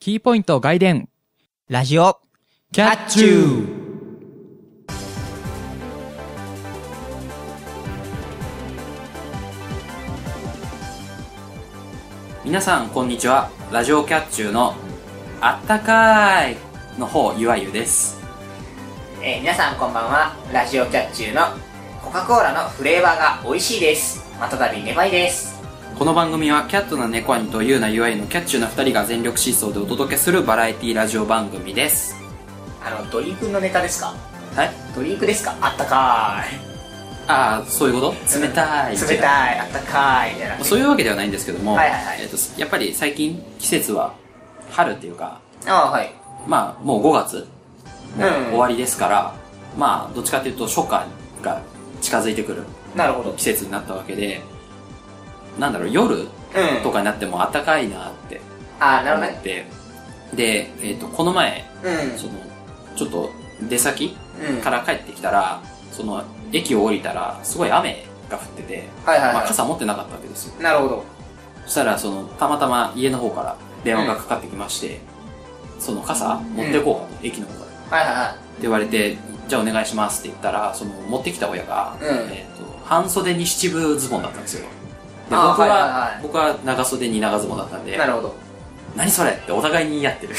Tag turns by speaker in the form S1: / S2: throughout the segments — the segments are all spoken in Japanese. S1: キーポイント外伝。
S2: ラジオ、
S1: キ
S2: ャッチュ
S1: ー
S3: 皆さんこんにちはラジオキャッチューの「あったかーい」の方ゆわゆです
S2: えー皆さんこんばんは。ラジオキャッチューのコカ・コーラのフレーバーが美味しいです。またたびねばいです。
S3: この番組はキャットな猫兄とゆうなゆわゆのキャッチューな2人が全力疾走でお届けするバラエティラジオ番組です
S2: あの、ドリンクのネタですか
S3: はい
S2: ドリンクですかあったかー
S3: ああそういうこと
S2: い。
S3: 冷たい
S2: 冷たい。あったかーい。みたいな。
S3: そういうわけではないんですけども、
S2: はいはいはい
S3: えっとやっぱり最近季節は春っていうか
S2: ああ、はい。
S3: まあもう5月もう
S2: うん
S3: 終わりですから、まあどっちかというと初夏が近づいてくる
S2: なるほど。うん
S3: 季。節になったわけでなんだろう夜とかになっても暖かいなって
S2: ああ、なる
S3: 思
S2: ほど
S3: っ
S2: ね。
S3: て、で、えっとこの前
S2: うん。
S3: そのちょっと出先
S2: うん。
S3: から帰ってきたら、その駅を降りたらすごい雨が降ってて、
S2: はいはい
S3: まあ、
S2: は
S3: 傘持ってなかったわけですよ
S2: い。なるほど。
S3: そしたらそのたまたま家の方から電話がかかってきまして、その傘持ってこう、駅の方からって
S2: はいは
S3: 言われてじゃあお願いしますって言ったらその持ってきた親が、
S2: うん
S3: えっと半袖に七分ズボンだったんですよで僕
S2: あ
S3: は,、
S2: ーはいはいはい
S3: 僕は長袖に長ズボンだったん
S2: いは
S3: で
S2: い。なるほど。
S3: 何それってお互いにやって る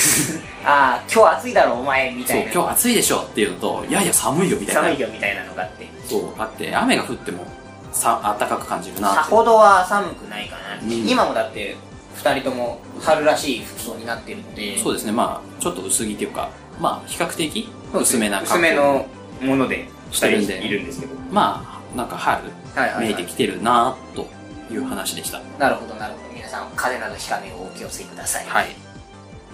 S2: ああ、今日暑いだろ、お前、みた
S3: そう
S2: いな。
S3: 今日暑いでしょっていうのといやいや寒いよみたいな
S2: 寒いよ、みたいなのがあって。
S3: そうあって雨が降ってもさ暖かく感じるな
S2: さ
S3: って
S2: ほどは寒くないかな、
S3: うん
S2: 今もだって2人とも春らしい服装になってるので
S3: そう
S2: う
S3: ですねまあちょっと薄着っていうかまあ比較的
S2: です
S3: 薄めな
S2: 薄
S3: 感じ
S2: めのもので
S3: してるんで
S2: 二人いるんですけど
S3: まあなんか春
S2: はいはい、
S3: 見え
S2: は
S3: て
S2: い、
S3: きてるなという話でした
S2: なるほどなるほど皆さん風邪などひかぬようお気をつけください、
S3: はい、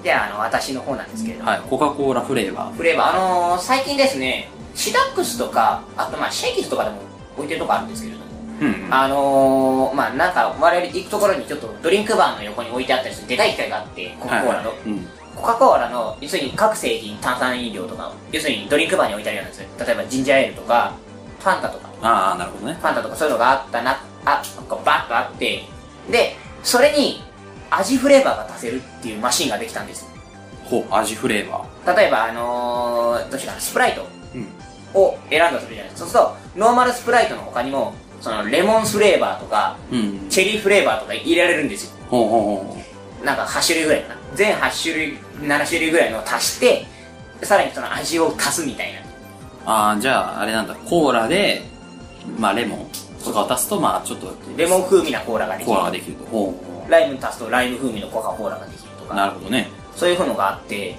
S2: ではあの私の方なんですけれども、
S3: はい、コカ・コーラフレーバー
S2: フレーバーあのー最近ですねシダックスとかあとまあシェイキズとかでも置いてるとこあるんですけれども
S3: うん
S2: あのー、まあなんか我々行くところにちょっとドリンクバーの横に置いてあったりするでかい機械があってコカ・コーラの、
S3: はいうん
S2: コカ・コーラの要するに各製品炭酸飲料とか要するにドリンクバーに置いてあるようなんですよ例えばジンジャーエールとかファンタとか
S3: ああなるほどね
S2: ファンタとかそういうのがあったなあなんかバッとあってでそれに味フレーバーが足せるっていうマシンができたんです
S3: ほう味フレーバ
S2: 例えばあのー、どうしようかなスプライト
S3: ーうん
S2: を選んだとするじゃないですかそうするとノーマルスプライトの他にもそのレモンフレーバーとか
S3: うん
S2: チェリーフレーバーとか入れられるんですよ
S3: ほうほうほ
S2: なんか8種類ぐらいかな全8種類7種類ぐらいのを足してさらにその味を足すみたいな
S3: うああじゃああれなんだコーラでまあレモンとかを足すとまあちょっと
S2: レモン風味なコーラができ
S3: コ
S2: る
S3: ーラができるとほうほ
S2: ライムに足すとライム風味のコカ・コーラができると
S3: う
S2: か
S3: なるほどね
S2: そういうのがあって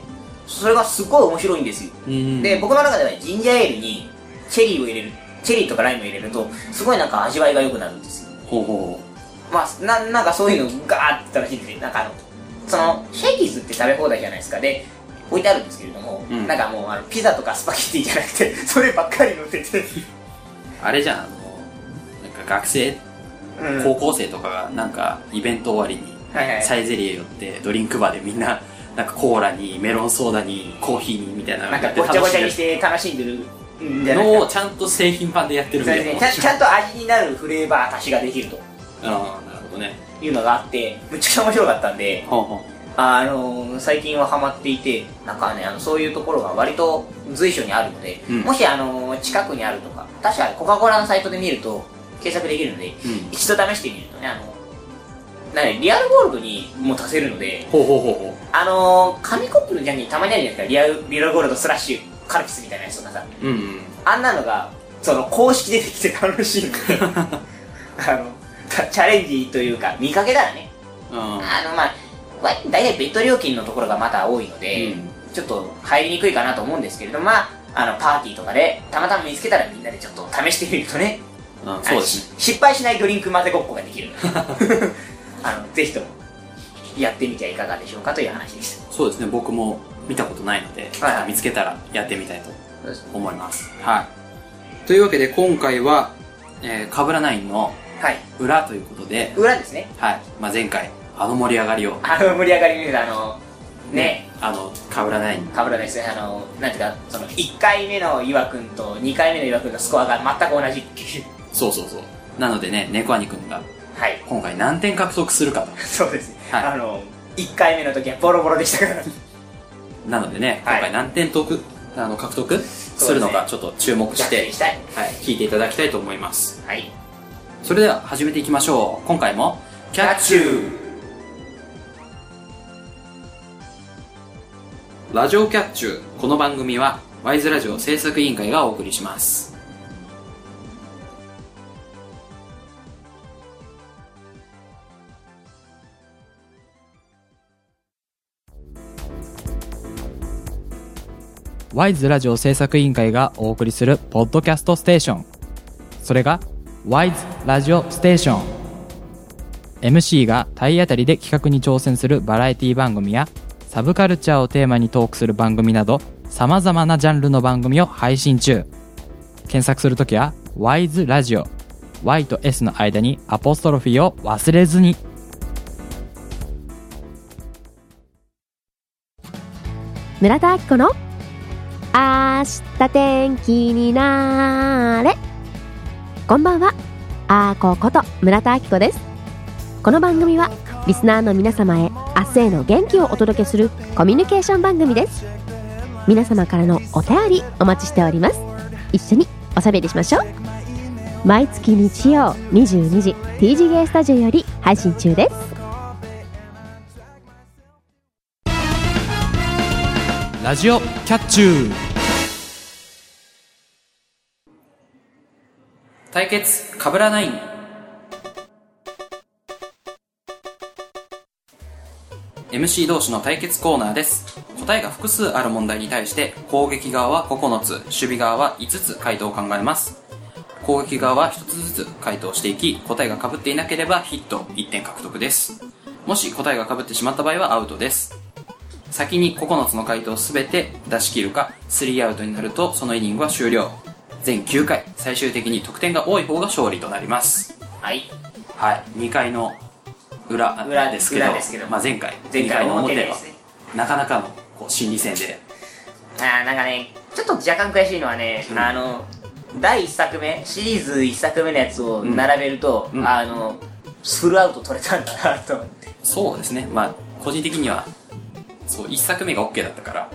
S2: それがすごい面白いんですよ、
S3: うん
S2: で僕の中ではジンジャーエールにチェリーを入れるチェリーとかライムを入れるとすごいなんか味わいが良くなるんですよ
S3: ほうほ
S2: まあななんかそういうのガーって楽しんでてなんかあのそのシェイキーズって食べ放題じゃないですかで置いてあるんですけれども、
S3: うん
S2: なんかもうあのピザとかスパゲッティじゃなくて そればっかり乗ってて、
S3: うあれじゃんあのなんか学生
S2: うん
S3: 高校生とかがなんかイベント終わりに
S2: はいはい
S3: サイゼリエ寄ってドリンクバーでみんななんかコーラにメロンソーダにコーヒーにみたいなの
S2: なんか
S3: やって
S2: ごちゃごちゃに
S3: 楽
S2: し
S3: して
S2: 楽しんでるんじ
S3: て
S2: ゃない
S3: の
S2: で
S3: をちゃんと製品版でやってる
S2: す
S3: みた
S2: かそう
S3: い
S2: で
S3: な
S2: すねちゃんちゃんと味になるフレーバー足しができると
S3: ああなるほどね
S2: いうのがあってむちゃくちゃ面白かったんで、
S3: ほうほ
S2: あのー最近はハマっていてなんかねあのそういうところが割と随所にあるので、
S3: うん
S2: もし、あのー近くにあるとか確かコカ・コーラのサイトで見ると検索できるので
S3: う、うん、
S2: 一度試してみるとねあのなんかリアルゴールドにも足せるので
S3: ほうほうほうほ
S2: あのー紙コップのジャンにたまにあるじゃないですかリアルリアルゴールドスラッシュカルピスみたいなやつとかさ
S3: ううんうん
S2: あんなのが、その、公式出てきて楽しい んで、あの、チャレンジというか、見かけたらね、
S3: うん
S2: あの、まあ、わ大体ベッド料金のところがまた多いので、ちょっと入りにくいかなと思うんですけれども、まあ、あの、パーティーとかで、たまたま見つけたらみんなでちょっと試してみるとね、
S3: うんうんそうですね
S2: あのし失敗しないドリンク混ぜごっこができるので あの、ぜひとも、やってみてはいかがでしょうかという話でした。
S3: そうですね僕も見たことないので、
S2: はい
S3: ちょっと見つけたらやってみたいと思いますはいというわけで今回は「えー、かぶらナイン」の
S2: はい。
S3: 裏ということで、
S2: 裏ですね。
S3: はいまあ、前回あの盛り上がりを
S2: あの、盛り上がり見ると、あの、ね、
S3: あのかぶらナイン
S2: かぶらないですね、あの、なんていうか、その、1回目の岩君と2回目の岩君のスコアが全く同じっていう。
S3: そうそうそうなのでね猫兄くんが
S2: はい。
S3: 今回何点獲得するかと
S2: そうですね。
S3: はい
S2: あの、 1回目の時はボロボロでしたから。
S3: なのでね、
S2: はい
S3: 今回何点得、あの、獲得するのかちょっと注目し
S2: 逆
S3: て、
S2: 転したい。
S3: はい、聞いていただきたいと思います。
S2: はい。
S3: それでは始めていきましょう。今回も、キャッチ
S2: チュー
S3: ラジオキャッチュー。この番組は、ワイズラジオ制作委員会がお送りします。
S1: ワイズラジオ制作委員会がお送りするポッドキャストステーション。それが、ワイズラジオステーション。MC が体当たりで企画に挑戦するバラエティ番組や、サブカルチャーをテーマにトークする番組など、様々なジャンルの番組を配信中。検索するときは、ワイズラジオ。Y と S の間にアポストロフィーを忘れずに。
S4: 村田明子の明日天気になーれこんばんはあーここと村田明子ですこの番組はリスナーの皆様へ明日への元気をお届けするコミュニケーション番組です皆様からのお便りお待ちしております一緒におしゃべりしましょう毎月日曜22時 TGA スタジオより配信中です
S1: ラジオキャッチュー
S3: 対決、かぶらないん。MC 同士の対決コーナーです。答えが複数ある問題に対して、攻撃側は9つ、守備側は5つ回答を考えます。攻撃側は1つずつ回答していき、答えが被っていなければヒット1点獲得です。もし答えが被ってしまった場合はアウトです。先に9つの回答すべて出し切るか、3アウトになるとそのイニングは終了。全9回、最終的に得点が多い方が勝利となります。
S2: はい。
S3: はい、2回の裏
S2: 裏
S3: ですけど、
S2: 裏ですけど
S3: まあ、前回、
S2: 前回
S3: 二の
S2: 表
S3: 表
S2: で
S3: は
S2: す、ね。
S3: なかなかのこう心理戦で、
S2: あーなんかね、ちょっと若干悔しいのはね、
S3: うん
S2: あの、第1作目、シリーズ1作目のやつを
S3: うん
S2: 並べると、
S3: うん
S2: あの、フルアウト取れたんだなと思って。
S3: そうですね、まあ、個人的には、そう、1作目が OK だったから、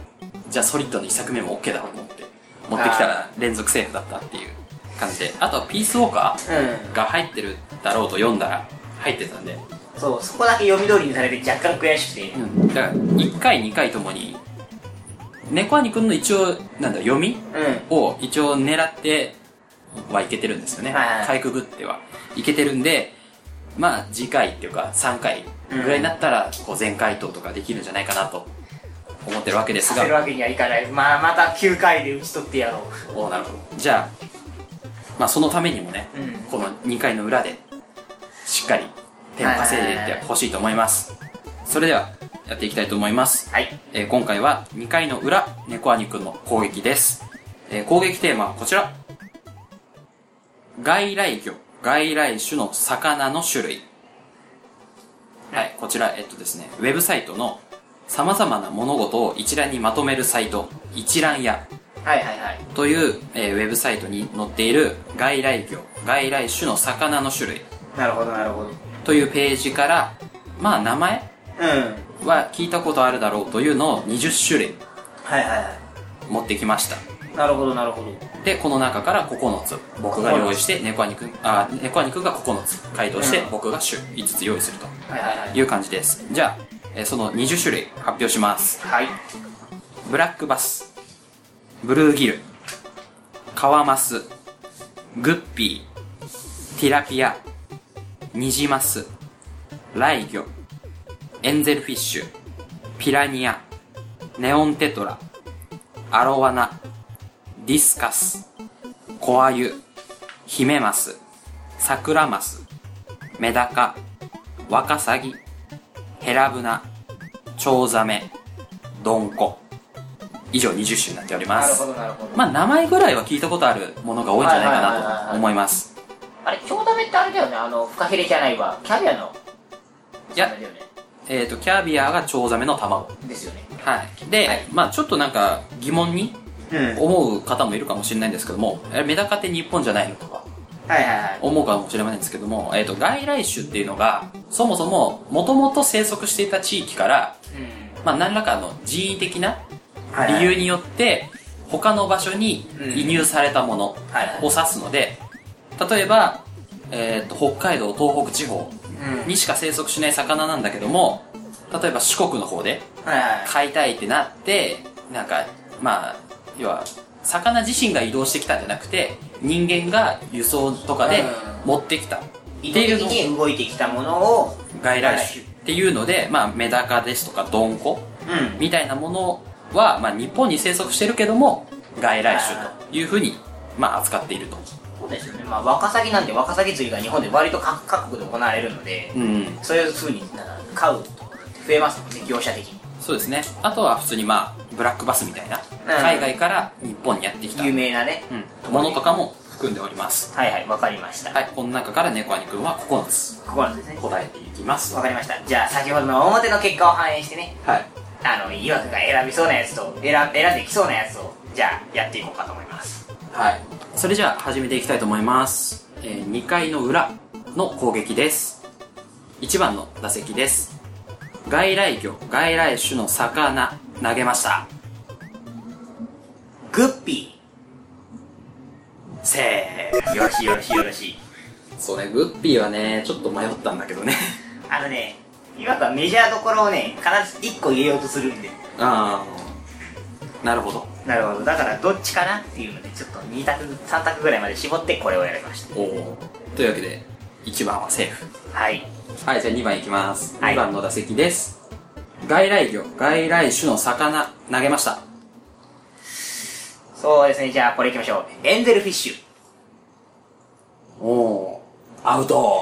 S3: じゃあソリッドの1作目も OK だろうと思って、持ってきたら連続セーフだったっていう感じで、あとはピースウォーカーが入ってるだろうと読んだら、入ってたんで、
S2: うん。そう、そこだけ読み通りにされて若干悔しくて、
S3: だから1回、2回ともに、猫兄くんの一応、なんだ、読み
S2: う
S3: を一応狙ってはいけてるんですよね。
S2: はい
S3: かいくぐってはいけてるんで、まあ次回っていうか3回ぐらいになったら、こう全回答とかできるんじゃないかなと思ってるわけです
S2: ん。させる
S3: が、
S2: わけにはいかない。まあ、また9回で打ち取ってやろう。
S3: おうなるほど。じゃあ、まあそのためにもね、
S2: うん
S3: この2回の裏でしっかり点を稼いでいってほしいと思います。それではやっていきたいと思います。
S2: はい。
S3: えー今回は2回の裏、猫兄くんの攻撃です。えー攻撃テーマはこちら。外来魚、外来種の魚の種類。はい、こちら、えっとですね、ウェブサイトの様々な物事を一覧にまとめるサイト、一覧屋
S2: はいはいはい。
S3: という、えーウェブサイトに載っている外来魚、外来種の魚の種類
S2: なるほどなるほど。
S3: というページから、まあ名前
S2: うん。はい
S3: は聞いたことあるだろうというのを20種類
S2: はいは
S3: 持ってきました。
S2: い。なるほどなるほど。
S3: で、この中から9つ、僕が用意して、猫アニくん、あ、猫アニくんが9つ回答して
S2: う、ん
S3: 僕が種5つ用意すると
S2: はいはいはい。
S3: いう感じです。じゃあ、えーその20種類発表します。
S2: はい。
S3: ブラックバス、ブルーギル、カワマス、グッピー、ティラピア、ニジマス、ライギョ、エンゼルフィッシュ、ピラニア、ネオンテトラ、アロワナ、ディスカス、コアユ、ヒメマス、サクラマス、メダカ、ワカサギ、ヘラブナ、チョウザメ、ドンコ。以上20種になっておりま
S2: なる
S3: す
S2: ほ。どなるほど。
S3: まあ名前ぐらいは聞いたことあるものが多いんじゃないか
S2: はいはいはい
S3: な
S2: は
S3: と
S2: い
S3: 思います。
S2: あれ、京ダメってあれだよね、あの、フカヒレじゃないわ。キャビアの。
S3: いや
S2: あれだよね。
S3: えっ、と、キャビアがチョウザメの卵。
S2: ですよね。
S3: はい。で、
S2: はい
S3: まあちょっとなんか疑問に
S2: うん。
S3: 思う方もいるかもしれないんですけども、えメダカって日本じゃないのとか、
S2: はいはいはい。
S3: 思うかもしれませんですけども、えっ、と、外来種っていうのが、そもそも、もともと生息していた地域から、
S2: うん
S3: まあ、何らかの人為的な
S2: はいはい
S3: 理由によって、他の場所に
S2: うん
S3: 移入されたものを
S2: はいはい
S3: 指すので、例えば、えっ、と、北海道、東北地方
S2: うん
S3: にしか生息しない魚なんだけども、例えば四国の方で
S2: はいはい。
S3: 買いたいってなって、なんか、まあ、要は、魚自身が移動してきたんじゃなくて、人間が輸送とかで
S2: う
S3: 持ってきた。
S2: 意図的に動いてきたものを、
S3: 外来種っていうので、まあ、メダカですとかドンコ
S2: うん。
S3: みたいなものは、まあ、日本に生息してるけども外来種というふうに、まあ、扱っていると、
S2: そうですよね。まあ、ワカサギなんで、ワカサギ釣りが日本で割と各各国で行われるので、
S3: うん、
S2: そういう風になんか飼うとかって増えますもんね、業者的に。
S3: そうですねあとは普通に、まあ、ブラックバスみたいな、
S2: うん
S3: 海外から日本にやってきた、う
S2: 有
S3: ん、
S2: 名なね。
S3: ものとかも含んでおります
S2: はいはい、わかりました。
S3: はいこの中から猫アニくんは9つ
S2: ここなんですね。
S3: 答えていきます
S2: わかりました。じゃあ、先ほどの表の結果を反映してね、
S3: はい
S2: あの、岩くが選びそうなやつと、選選んできそうなやつを、じゃあ、やっていこうかと思います。
S3: はい。それじゃあ始めていきたいと思います。えー、2回の裏の攻撃です。1番の打席です。外来魚、外来種の魚、投げました。
S2: グッピ
S3: せー。
S2: ー。よしよしよし。
S3: それ、グッピーはね、ちょっと迷ったんだけどね。
S2: あのね、岩くはメジャーどころをね、必ず1個入れようとするんで。
S3: あー。なるほど。
S2: なるほど。だから、どっちかなっていうので、ちょっと2択、3択ぐらいまで絞って、これを選びました。
S3: おお。というわけで、1番はセーフ。
S2: はい。
S3: はい、じゃあ2番いきます。
S2: はい
S3: 2番の打席です。外来魚、外来種の魚、投げました。
S2: そうですね、じゃあ、これいきましょう。エンゼルフィッシュ。
S3: おお。アウト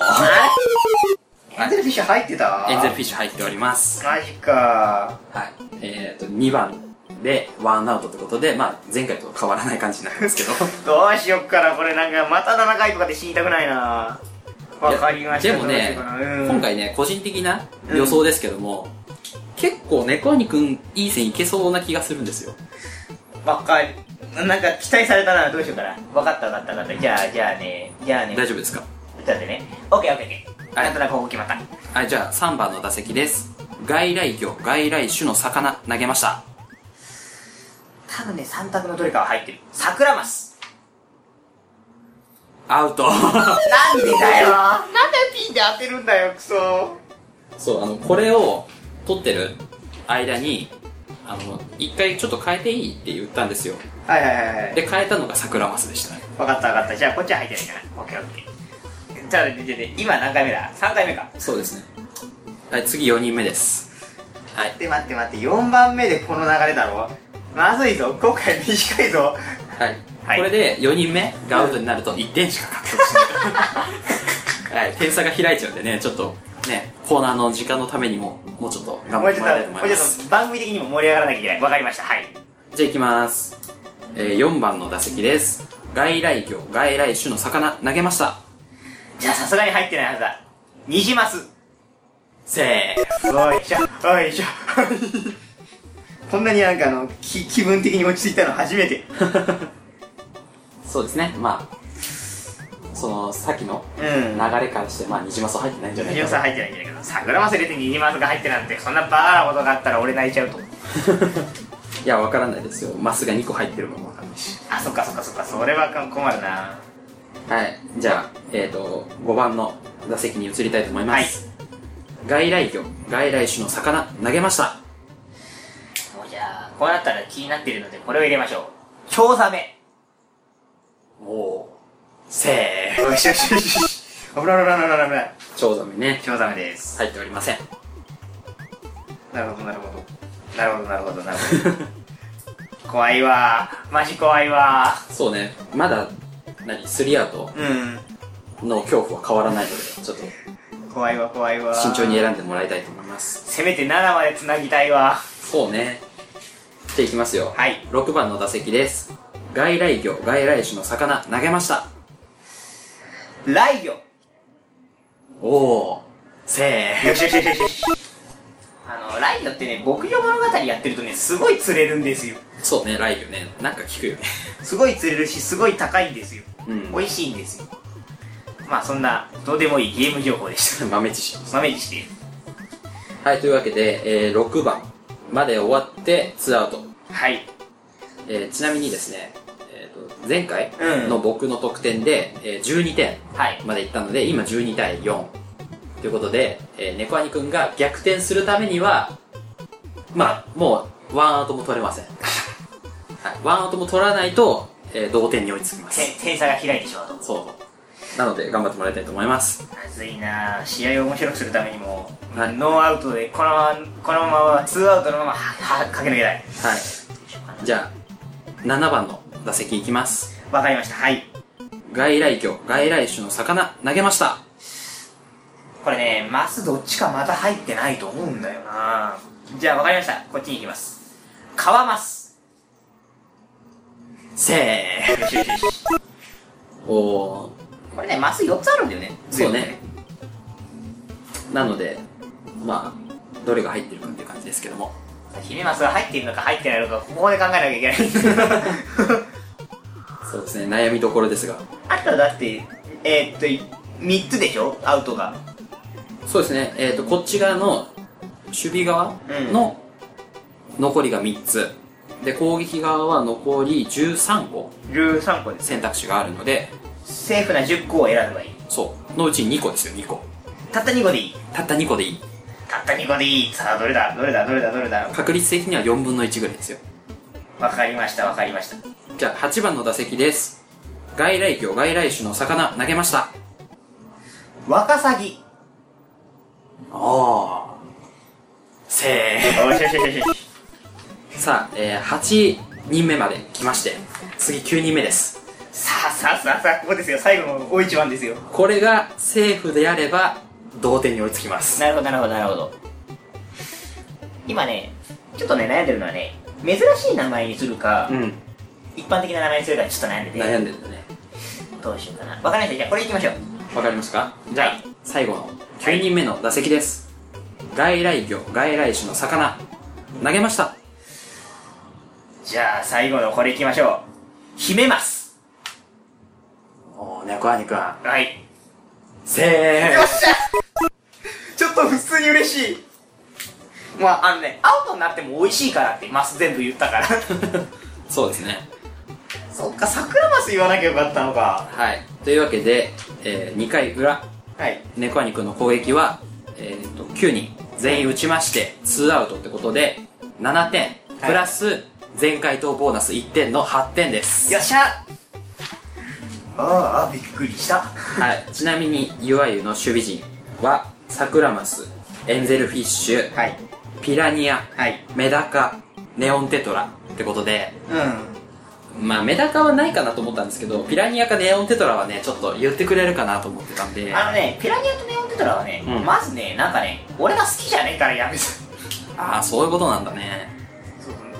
S2: エンゼルフィッシュ入ってた
S3: エンゼルフィッシュ入っております。
S2: マジか
S3: はい。えっ、と、2番でワンアウトってことで、まあ、前回と変わらない感じになるんですけど。
S2: どうしよっかな、これなんか、また7回とかで死にたくないな わかりました。
S3: でもね
S2: どうしようかなうん
S3: 今回ね、個人的な予想ですけども、結構猫兄くん、いい線いけそうな気がするんですよ。
S2: わかる。なんか、期待されたな、どうしようかな。わかったわかったわかった。じゃあ、じゃあね、じゃあね、
S3: 大丈夫ですか
S2: ちょっと待ってね。オッケーオッケーオッケー。
S3: はい
S2: なんとなくここ決まった。
S3: はい、じゃあ3番の打席です。外来魚、外来種の魚、投げました。
S2: 多分ね、3択のどれかは入ってる。桜マス。
S3: アウト
S2: なんでだよなんでピンで当てるんだよ、クソ。
S3: そう、あの、これを撮ってる間に、あの、一回ちょっと変えていいって言ったんですよ。
S2: はいはいはいはい。
S3: で、変えたのが桜マスでしたね。
S2: わかったわかった。じゃあこっちは入ってないから。オッケーオッケー。じゃあ、で、で、で、今何回目だ ?3 回目か。
S3: そうですね。はい、次4人目です。はい。
S2: で、待って待って、4番目でこの流れだろまずいぞ。今回短いぞ。
S3: はい。
S2: はい
S3: これで4人目がアウトになると1点しか獲得しない。はい、点差が開いちゃうんでね、ちょっとね、コーナーの時間のためにも、もうちょっと頑
S2: も
S3: 張
S2: う
S3: って
S2: ちょ
S3: も
S2: っ
S3: らいたい
S2: と、
S3: と
S2: も
S3: 思
S2: う
S3: い
S2: ち
S3: ま
S2: ょ
S3: す。
S2: っと番組的にも盛り上がらなきゃいけない。わかりました。はい。
S3: じゃあ行きます。えー、4番の打席です。外来魚、外来種の魚、投げました。
S2: じゃあさすがに入ってないはずだ。ニジマス。
S3: せー
S2: おいしょ、おいしょ。 こんなになんかあの、き気分的に落ち着いたの初めて。
S3: そうですね、まあ、その、さっきの
S2: うん。
S3: 流れからして、まあ、ニジマス入ってないんじゃな
S2: ニ
S3: い
S2: ジ
S3: か
S2: マ
S3: な
S2: スは入ってないんじゃないかな。桜マス入れてニジマスが入ってなんて、そんなバカなことがあったら俺泣いちゃうと思う。
S3: いや、わからないですよ。マスが2個入ってるのもわかんないし。
S2: あ、そっかそっかそっか、それはか困るな
S3: はい。じゃあ、えっ、と、5番の打席に移りたいと思います。外来魚、外来種の魚、投げました。
S2: もうじゃあ、こうなったら気になってるので、これを入れましょう。チョウザメ。
S3: おお。せー。
S2: よしよしよしよし。危ない危ない危ない危ない。
S3: チョウザメね。
S2: チョウザメです。
S3: 入っておりません。
S2: なるほどなるほど。なるほどなるほどなるほど。怖いわマジ怖いわ
S3: そうね。まだ、何、スリーアウト
S2: うん。
S3: の恐怖は変わらないので、ちょっと
S2: 怖いわ怖いわ
S3: 慎重に選んでもらいたいと思います。
S2: せめて7まで繋ぎたいわ
S3: そうね。じゃあいきますよ。
S2: はい。
S3: 6番の打席です。外来魚、外来種の魚、投げました。
S2: 雷魚
S3: おお。せー。
S2: よしよしよしよしよし。あの、雷魚ってね、牧場物語やってるとね、すごい釣れるんですよ。
S3: そうね、雷魚ね。なんか聞くよね。
S2: すごい釣れるし、すごい高いんですよ。
S3: うん
S2: 美味しいんですよ。まあそんなどうでもいいゲーム情報でし
S3: 豆知識。
S2: た豆知識
S3: はい、というわけで、えー6番まで終わって2アウト。
S2: はい
S3: えーちなみにですね、えーと前回
S2: うん
S3: の僕の得点で、えー12点
S2: はい
S3: までいったので、今12対4。ということで、えー、猫兄くんが逆転するためには、まあ、もう、ワンアウトも取れませ ん。はい、ワンアウトも取らないと、えー同点に追いつきます。
S2: 点点差が開いてしまうと
S3: そう。なので、頑張ってもらいたいと思います。
S2: まずいなあ試合を面白くするためにも、
S3: はい
S2: ノーアウトでこのままこのまま2アウトのままはは駆け抜けたい
S3: はい。じゃあ、7番の打席いきます。
S2: わかりましたはい
S3: 外来魚、外来種の魚、投げました。
S2: これねマスどっちかまた入ってないと思うんだよなじゃあわかりましたこっちに行きますカワマス
S3: せー
S2: よしよしよし
S3: おー、
S2: これねマス4つあるんだよね
S3: そうね。なので、まあ、どれが入ってるかっていう感じですけども。
S2: ヒメマスが入っているのか入ってないのかここで考えなきゃいけない
S3: そうですね、悩みどころですが。
S2: あとだってえーっと3つでしょアウトが
S3: そうですね、えっ、と、こっち側の、守備側の残りが3つ。で、攻撃側は残り13個
S2: 13個です
S3: 選択肢があるので、
S2: セーフな10個を選べばいい
S3: そう、のうち2個ですよ、2個。
S2: たった2個でいい
S3: たった2個でいい。
S2: たった2個でいいさあどれだどれだどれだどれだ
S3: 確率的には4分の1ぐらいですよ。
S2: わかりましたわかりました
S3: じゃあ、8番の打席です。外来魚、外来種の魚、投げました。
S2: ワカサギ
S3: あー。せー。
S2: よしよしよしよし
S3: さあ、えー、8人目まで来まして、次9人目です。
S2: さあさあさあさあここですよ最後の大一番ですよ
S3: これがセーフであれば、同点に追いつきます。
S2: なるほどなるほどなるほど今ねちょっとね悩んでるのはね珍しい名前にするか、
S3: うん。
S2: 一般的な名前にするかちょっと悩んでて
S3: 悩んでるんだね。
S2: どうしようかなわかりましたじゃあこれいきましょう
S3: わかりますかじゃあ、最後の9人目の打席です。外来魚、外来種の魚、投げました。
S2: じゃあ最後のこれいきましょう秘めます
S3: おー、猫兄くん。
S2: はい
S3: せ
S2: よっしゃちょっと普通に嬉しいまああのねアウトになっても美味しいからってマス全部言ったから
S3: ー。そうですね。
S2: そっか桜マス言わなきゃよかったのか
S3: はい。というわけで、え2回裏、
S2: はい
S3: 猫兄くんの攻撃は、えー、と9人全員打ちまして2アウトってことで7点
S2: はい
S3: プラス前回とボーナス1点の8点です、
S2: よっしゃああびっくりした
S3: はい、ちなみにユアユの守備陣はサクラマスエンゼルフィッシュ
S2: はい
S3: ピラニア
S2: はい
S3: メダカネオンテトラってことで
S2: う
S3: まあメダカはないかなと思ったんですけどピラニアかネオンテトラはねちょっと言ってくれるかなと思ってたんで
S2: んあのねピラニアとネオンテトラはね、
S3: うん
S2: まずねなんかね俺が好きじゃねえからやめた
S3: ああそういうことなんだね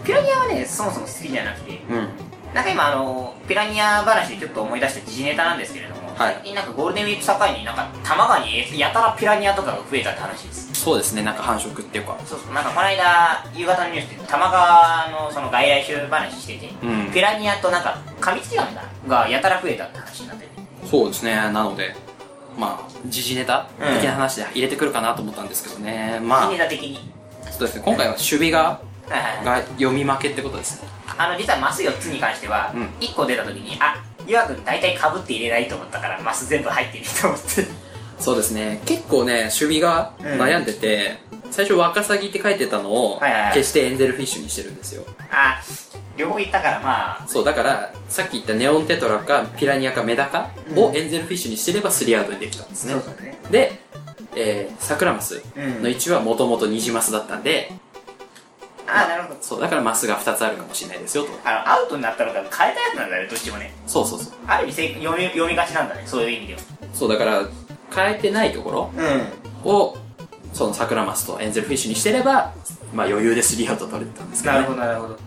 S2: ピラニアはねそもそも好きじゃなくて
S3: うん
S2: なんか今あのピラニア話でちょっと思い出した時事ネタなんですけれども、
S3: はい
S2: 最近なんかゴールデンウィーク境になんか多摩川にやたらピラニアとかが増えたって話です
S3: そうですねなんか繁殖っていうか
S2: そうそうなんかこの間夕方のニュースで多摩川のその外来種話してて、
S3: うん
S2: ピラニアとなんかカミツキガメだがやたら増えたって話になってて
S3: そうですねなのでまあ時事ネタ的な話で入れてくるかなと思ったんですけどね、まあ
S2: 時事ネタ的に
S3: そうですね今回は守備側
S2: はいはいはい
S3: が読み負けってことですね
S2: あの実はマス4つに関しては、
S3: うん
S2: 1個出た時にあゆわくん大体かぶって入れないと思ったからマス全部入ってると思って
S3: そうですね結構ね守備側悩んでて、最初ワカサギって書いてたのを
S2: はいはいはい
S3: 決してエンゼルフィッシュにしてるんですよ
S2: あ両方いったからまあ
S3: そうだからさっき言ったネオンテトラかピラニアかメダカをエンゼルフィッシュにしてればスリーアウトにできたんですね
S2: そうだね
S3: で、えー、サクラマスの位置はもともとニジマスだったんで、
S2: あなるほど
S3: そうだからマスが2つあるかもしれないですよと
S2: あのアウトになったのが変えたやつなんだねどっちもね
S3: そうそうそう
S2: ある意味せ読み読みがちなんだねそういう意味では
S3: そうだから変えてないところ
S2: う
S3: をその桜マスとエンゼルフィッシュにしてれば、まあ、余裕でスリーアウト取れてたんですけど、ね、
S2: どなるほど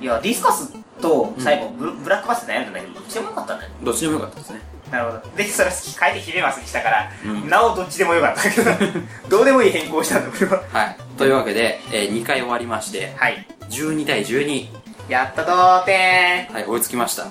S2: いやディスカスと最後、ブブラックバスで悩んだんだけどどっちでもよかったんだよ
S3: どっちでもよかったですね
S2: なるほどでそれ好き変えてヒレマスにしたから、
S3: うん
S2: なおどっちでもよかったけど どうでもいい変更をしたんだ俺は
S3: はいというわけで、え2回終わりまして
S2: はい
S3: 12対12、
S2: やった同点
S3: はい、追いつきました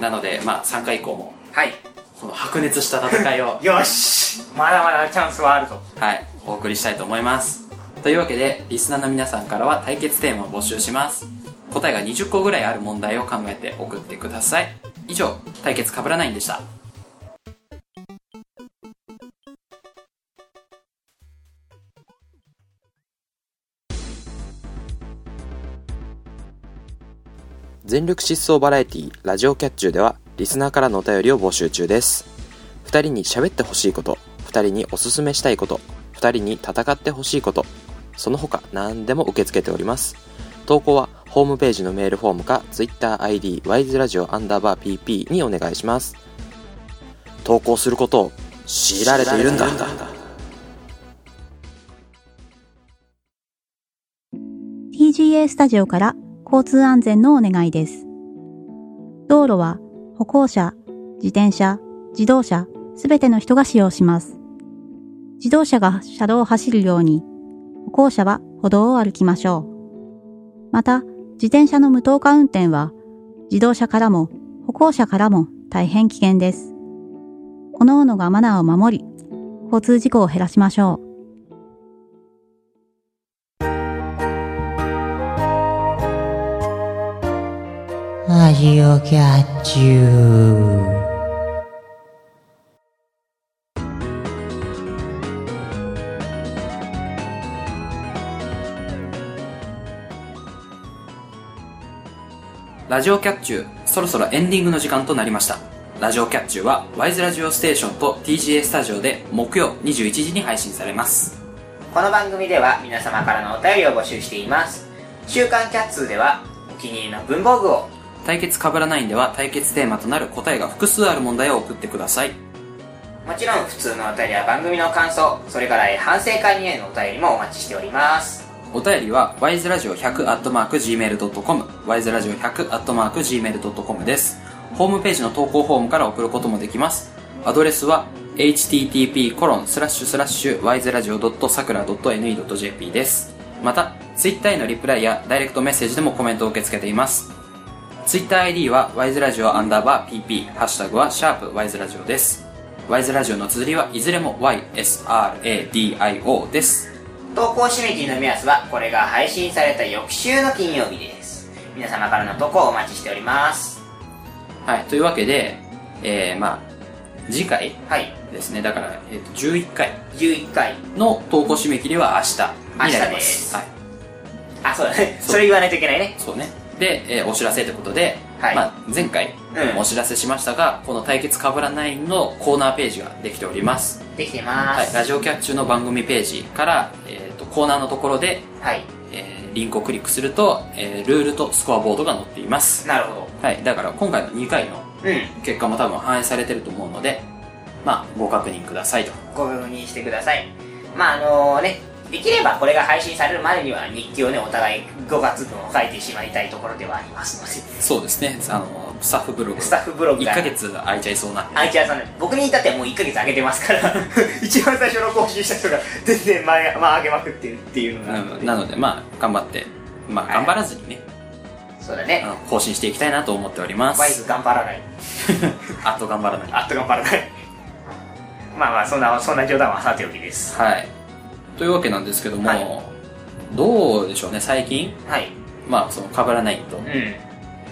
S3: なのでまあ3回以降も
S2: はい
S5: この白熱した戦いを
S2: よしまだまだチャンスはあるぞ
S3: はい、お送りしたいと思います。というわけで、リスナーの皆さんからは対決テーマを募集します。答えが20個ぐらいある問題を考えて送ってください。以上、対決かぶらないんでした。全力疾走バラエティラジオキャッチューではリスナーからのお便りを募集中です2人に喋ってほしいこと2人におすすめしたいこと2人に戦ってほしいことその他何でも受け付けております投稿はホームページのメールフォームか TwitterID ワイズラジオアンダーバー PP にお願いします投稿することを強いられているんだだ
S6: TGA スタジオから交通安全のお願いです。道路は歩行者、自転車、自動車、すべての人が使用します。自動車が車道を走るように、歩行者は歩道を歩きましょう。また、自転車の無灯化運転は、自動車からも歩行者からも大変危険です。各々がマナーを守り、交通事故を減らしましょう。
S7: ラジオキャッチュー。
S3: ラジオキャッチュー、そろそろエンディングの時間となりました。ラジオキャッチューは、ワイズラジオステーションと TGA スタジオで木曜21時に配信されます。
S2: この番組では皆様からのお便りを募集しています週刊キャッツーではお気に入りの文房具を
S3: 対決かぶらないんでは対決テーマとなる答えが複数ある問題を送ってください。
S2: もちろん普通のお便りは番組の感想それからえー反省会にへのお便りもお待ちしております
S3: お便りは、ワイズラジオ100 gmail.com、ワイズラジオ100 gmail.com です。ホームページの投稿フォームから送ることもできます。アドレスは、http コロンスラッシュスラッシュ wiseradio.sakura.ne.jp です。また、ツイッターへのリプライやダイレクトメッセージでもコメントを受け付けています。ツイッター ID は wiseradio アンダーバー pp、ハッシュタグはシャープ wiseradio です。wiseradio の綴りはいずれも ysradio です。
S2: 投稿締め切りの目安はこれが配信された翌週の金曜日です皆様からの投稿をお待ちしております
S3: はい、というわけで、えー、まあ、次回
S2: はい
S3: ですね、だから、えー、と11回
S2: 11回
S3: の投稿締め切りは明日になります。
S2: 明日です
S3: はい、
S2: あそうだね
S3: そう
S2: それ言わないといけないね
S3: そうね。で、えーお知らせということで、
S2: はい
S3: まあ、前回
S2: うん
S3: もお知らせしましたが、この対決かぶらないのコーナーページができております。
S2: できてま
S3: はい、
S2: す
S3: ラジオキャッチュの番組ページから、えー、とコーナーのところで、
S2: はい、
S3: えーリンクをクリックすると、えールールとスコアボードが載っています。
S2: なるほ
S3: はい、だから今回の2回の
S2: どうん
S3: 結果も多分反映されてると思うので、まあ、ご確認くださいと。
S2: ご確認してくださいまああのねできればこれが配信されるまでには日記をねお互い5月分を書いてしまいたいところではありますので
S3: そうですね、あの、スタッフブログ。
S2: スタッフブログ
S3: 1
S2: が
S3: ヶ月空いちゃいそうなんで。
S2: あいちゃんさんね僕に至ってはもう1ヶ月あげてますから 一番最初の更新した人が全然前、まあ、上げまくってるっていうのが、
S3: うんなので、まあ、頑張って、まあ、頑張らずにね、
S2: そうだね
S3: あの更新していきたいなと思っておりま
S2: ワイズ
S3: す。
S2: 頑張らない
S3: あと頑張らない。
S2: あっと頑張らないまあまあそんなそんな冗談はさておきです
S3: はい。というわけなんですけども、
S2: はい
S3: どうでしょうね、最近、
S2: はい
S3: まあ、その、かぶらないと
S2: うん、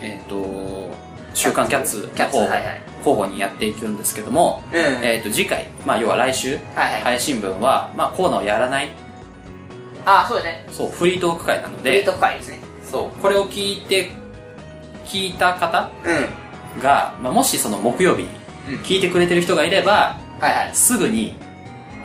S3: えっ、と、週刊キャッツ、
S2: キャッツ
S3: の
S2: は
S3: 方
S2: いはい
S3: 候補にやっていくんですけども、
S2: うん、
S3: えっ、と、次回、まあ、要は来週、
S2: はいはい、
S3: 配信分は、まあ、コーナーをやらない、
S2: ああそうだね
S3: そう、フリートーク会なの
S2: デー
S3: で、
S2: ト会ですね
S3: そう、これを聞いて、聞いた方
S2: うん
S3: が、まあ、もしその木曜日に聞いてくれてる人がいれば、
S2: はいはい
S3: すぐに、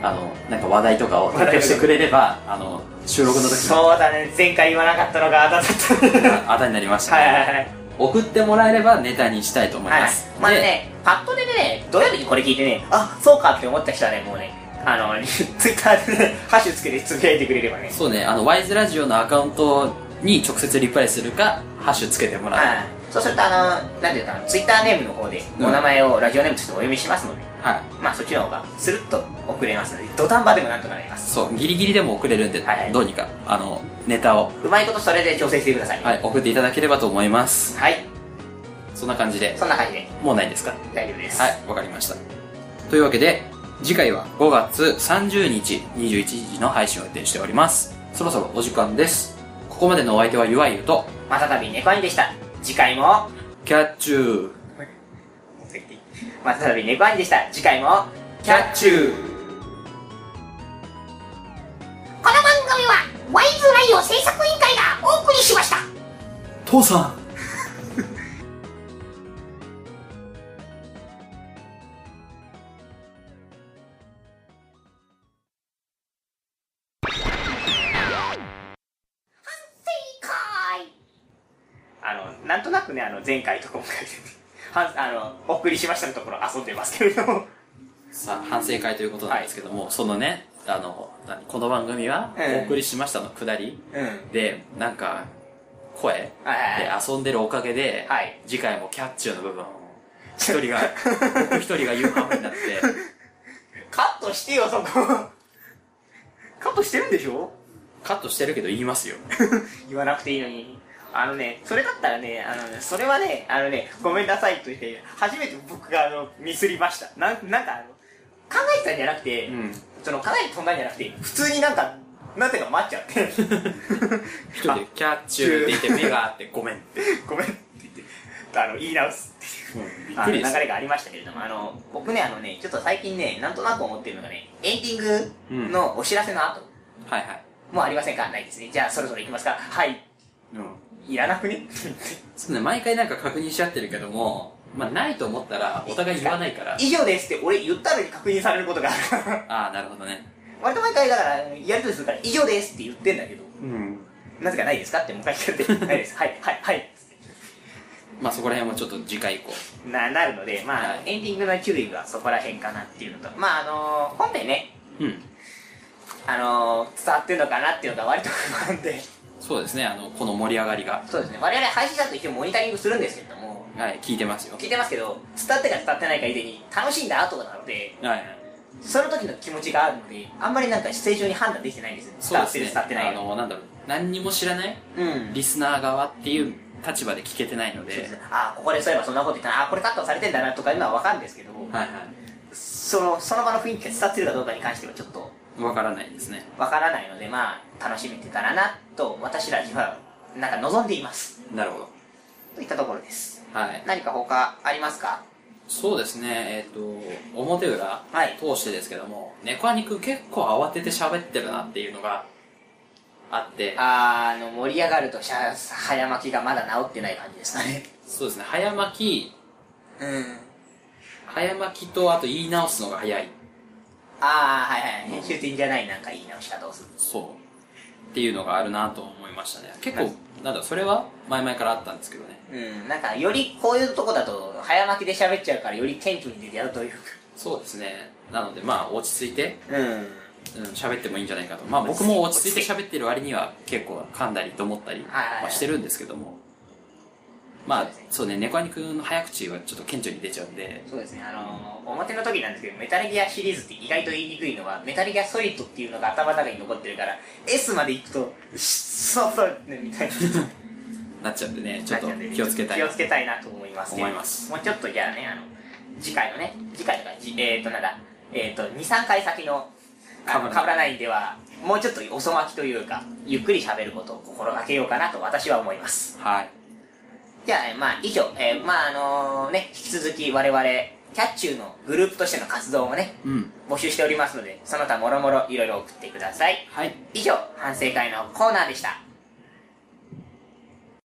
S3: あの、なんか話題とかを提供してくれれば、あの、収録の時に
S2: そうだね前回言わなかったのがあだだった
S3: ああだになりました、
S2: は
S3: ね
S2: いはいはい
S3: 送ってもらえればネタにしたいと思い
S2: はい
S3: ま
S2: はい
S3: す。
S2: まあ
S3: で
S2: ねパッとでね土曜日にこれ聞いてねあそうかって思った人はねもうねあの ツイッターでねハッシュつけてつぶやいてくれればね
S3: そうね、あの、ワイズラジオのアカウントに直接リプライするか、ハッシュつけてもらう。
S2: はいそうするとあのなんていうのかなツイッターネームの方で
S3: うん
S2: お名前をラジオネームとしてお読みしますので、
S3: はい。
S2: まあそっちの方がスルッと送れますので土壇場でもなんとかなります
S3: そう、ギリギリでも送れるんで、
S2: はいはい
S3: どうにか、あの、ネタを、
S2: うまいことそれで調整してください、
S3: はいい、送っていただければと思います。
S2: はい、
S3: そんな感じで、
S2: そんな感じで
S3: もうないですか
S2: 大丈夫です
S3: はい、わかりました。というわけで次回は5月30日21時の配信を予定しておりますそろそろお時間ですここまでのお相手はゆわゆと
S2: またたび猫兄でした。次回も、
S3: キャッチュー
S2: またたび猫兄でした。次回も、
S3: キャッチュー
S8: この番組はワイズラジオ制作委員会がお送りしました
S3: 父さん
S8: 正解
S2: あの、なんとなくね、あの、前回と今回で、はあの、お送りしましたのところ遊んでますけれども、
S3: さあ反省会ということなんですけども、そのねあの何この番組は
S2: ええ
S3: お送りしましたのくだり
S2: うん。
S3: でなんか声
S2: はいはい
S3: で
S2: はい
S3: 遊んでるおかげで、
S2: はい
S3: 次回もキャッチューの部分を一人が僕一人が言う羽目になって
S2: カットしてよ、そこ。カットしてるんでしょ
S3: カットしてるけど言いますよ
S2: 言わなくていいのに。あのね、それだったらね、あのね、それはね、あのね、ごめんなさいと言って、初めて僕があの、ミスりました。なん、なんかあの、考えてたんじゃなくて、
S3: うん
S2: その、考えて飛んだんじゃなくて、普通になんか、なんていうか待っちゃって、
S3: 一人でキャッチューって言って目があってごめんって、
S2: ごめんって言って、あの、言い直すっていう。
S3: びっ
S2: あ
S3: く
S2: の
S3: り
S2: 流
S3: です
S2: れがありましたけれども、あの、僕ね、あのね、ちょっと最近ね、なんとなく思ってるのがね、エンディングのお知らせの後、
S3: はいはい、
S2: もうありませんかないですね。じゃあ、そろそろ行きますかはい。
S3: うん、
S2: いらなくね
S3: そうね毎回なんか確認し合ってるけどもまあないと思ったらお互い言わないから
S2: 以上ですって俺言ったのに確認されることがあるから。
S3: ああなるほどね
S2: 割と毎回だから、やりとりするから、以上ですって言ってんだけど、
S3: うん
S2: なぜかないですかってもう一回聞かれて、ない です。はい、はい、はい。
S3: まあそこら辺もちょっと次回以降
S2: な、なるので、まあ、
S3: はい
S2: エンディングの注意はそこら辺かなっていうのと、まあ、あの本編ね、
S3: うん
S2: あの伝わってるのかなっていうのが割と不安で、
S3: そうですねあのこの盛り上がりが
S2: そうですね、我々配信者と一応モニタリングするんですけれども、
S3: はい聞いてますよ
S2: 聞いてますけど、伝ってか伝ってないか以前に、楽しんだ後なので、
S3: はい
S2: その時の気持ちがあるので、あんまりなんか正常に判断できてないんですよ。
S3: そうで
S2: 伝っ
S3: す
S2: てる、
S3: ね
S2: 伝ってない
S3: あ
S2: の。
S3: のなんだろう何にも知らない
S2: うん。
S3: リスナー側っていう立場で聞けてないの
S2: そうで
S3: です
S2: ねあここでそういえばそんなこと言ったな、あこれカットされてんだなとかいうのはわかるんですけど、
S3: はい
S2: その、その場の雰囲気が伝わってるかどうかに関してはちょっと
S3: はいわからないですね
S2: わからないので、まあ、楽しめてたらな、と私らには、なんか望んでいます。
S3: なるほど
S2: といったところです。
S3: はい
S2: 何か他ありますか
S3: そうですねえっ、と表裏
S2: はい
S3: 通してですけども、猫アニくん結構慌てて喋ってるなっていうのがあって
S2: あーあの、盛り上がるとしゃ、早巻きがまだ治ってない感じですかね。
S3: そうですね早巻き
S2: うん。
S3: 早巻きとあと言い直すのが早い
S2: ああ、はいはい。編集点じゃないなんか言い直し方をする。
S3: そうっていうのがあるなと思いましたね結構なんだそれは前々からあったんですけどね
S2: うん、なんかよりこういうとこだと早巻きで喋っちゃうからより謙虚に出てやるというか。
S3: そうですねなのでまあ落ち着いて
S2: うん。
S3: うん喋ってもいいんじゃないかとまあ僕も落ち着いて喋ってる割には結構噛んだりと思ったり
S2: はいはいはい
S3: はしてるんですけどもまあそうね猫アニくんの早口はちょっと顕著に出ちゃうんで
S2: そうですね、あのー表の時なんですけど、メタルギアシリーズって意外と言いにくいのは、メタルギアソリッドっていうのが頭の中に残ってるから、S まで行くと、そうそう、ね、みたい
S3: な
S2: な。
S3: っちゃうんでねちょっと気をつけたい
S2: 気をつけたいなと思いますけど
S3: 思います
S2: もうちょっとじゃあね、あの、次回のね、次回とか、じえっ、ー、となんだ、えっ、と、2、3回先の、あの、
S3: 被らない
S2: かぶらないんでは、もうちょっと遅まきというか、ゆっくり喋ることを心がけようかなと私は思います。
S3: はい
S2: じゃあ、えーまあ、以上、えーまあ、あのね、引き続き我々、キャッチューのグループとしての活動もね、
S3: うん
S2: 募集しておりますので、その他もろもろいろいろ送ってください。
S3: はい
S2: 以上、反省会のコーナーでした。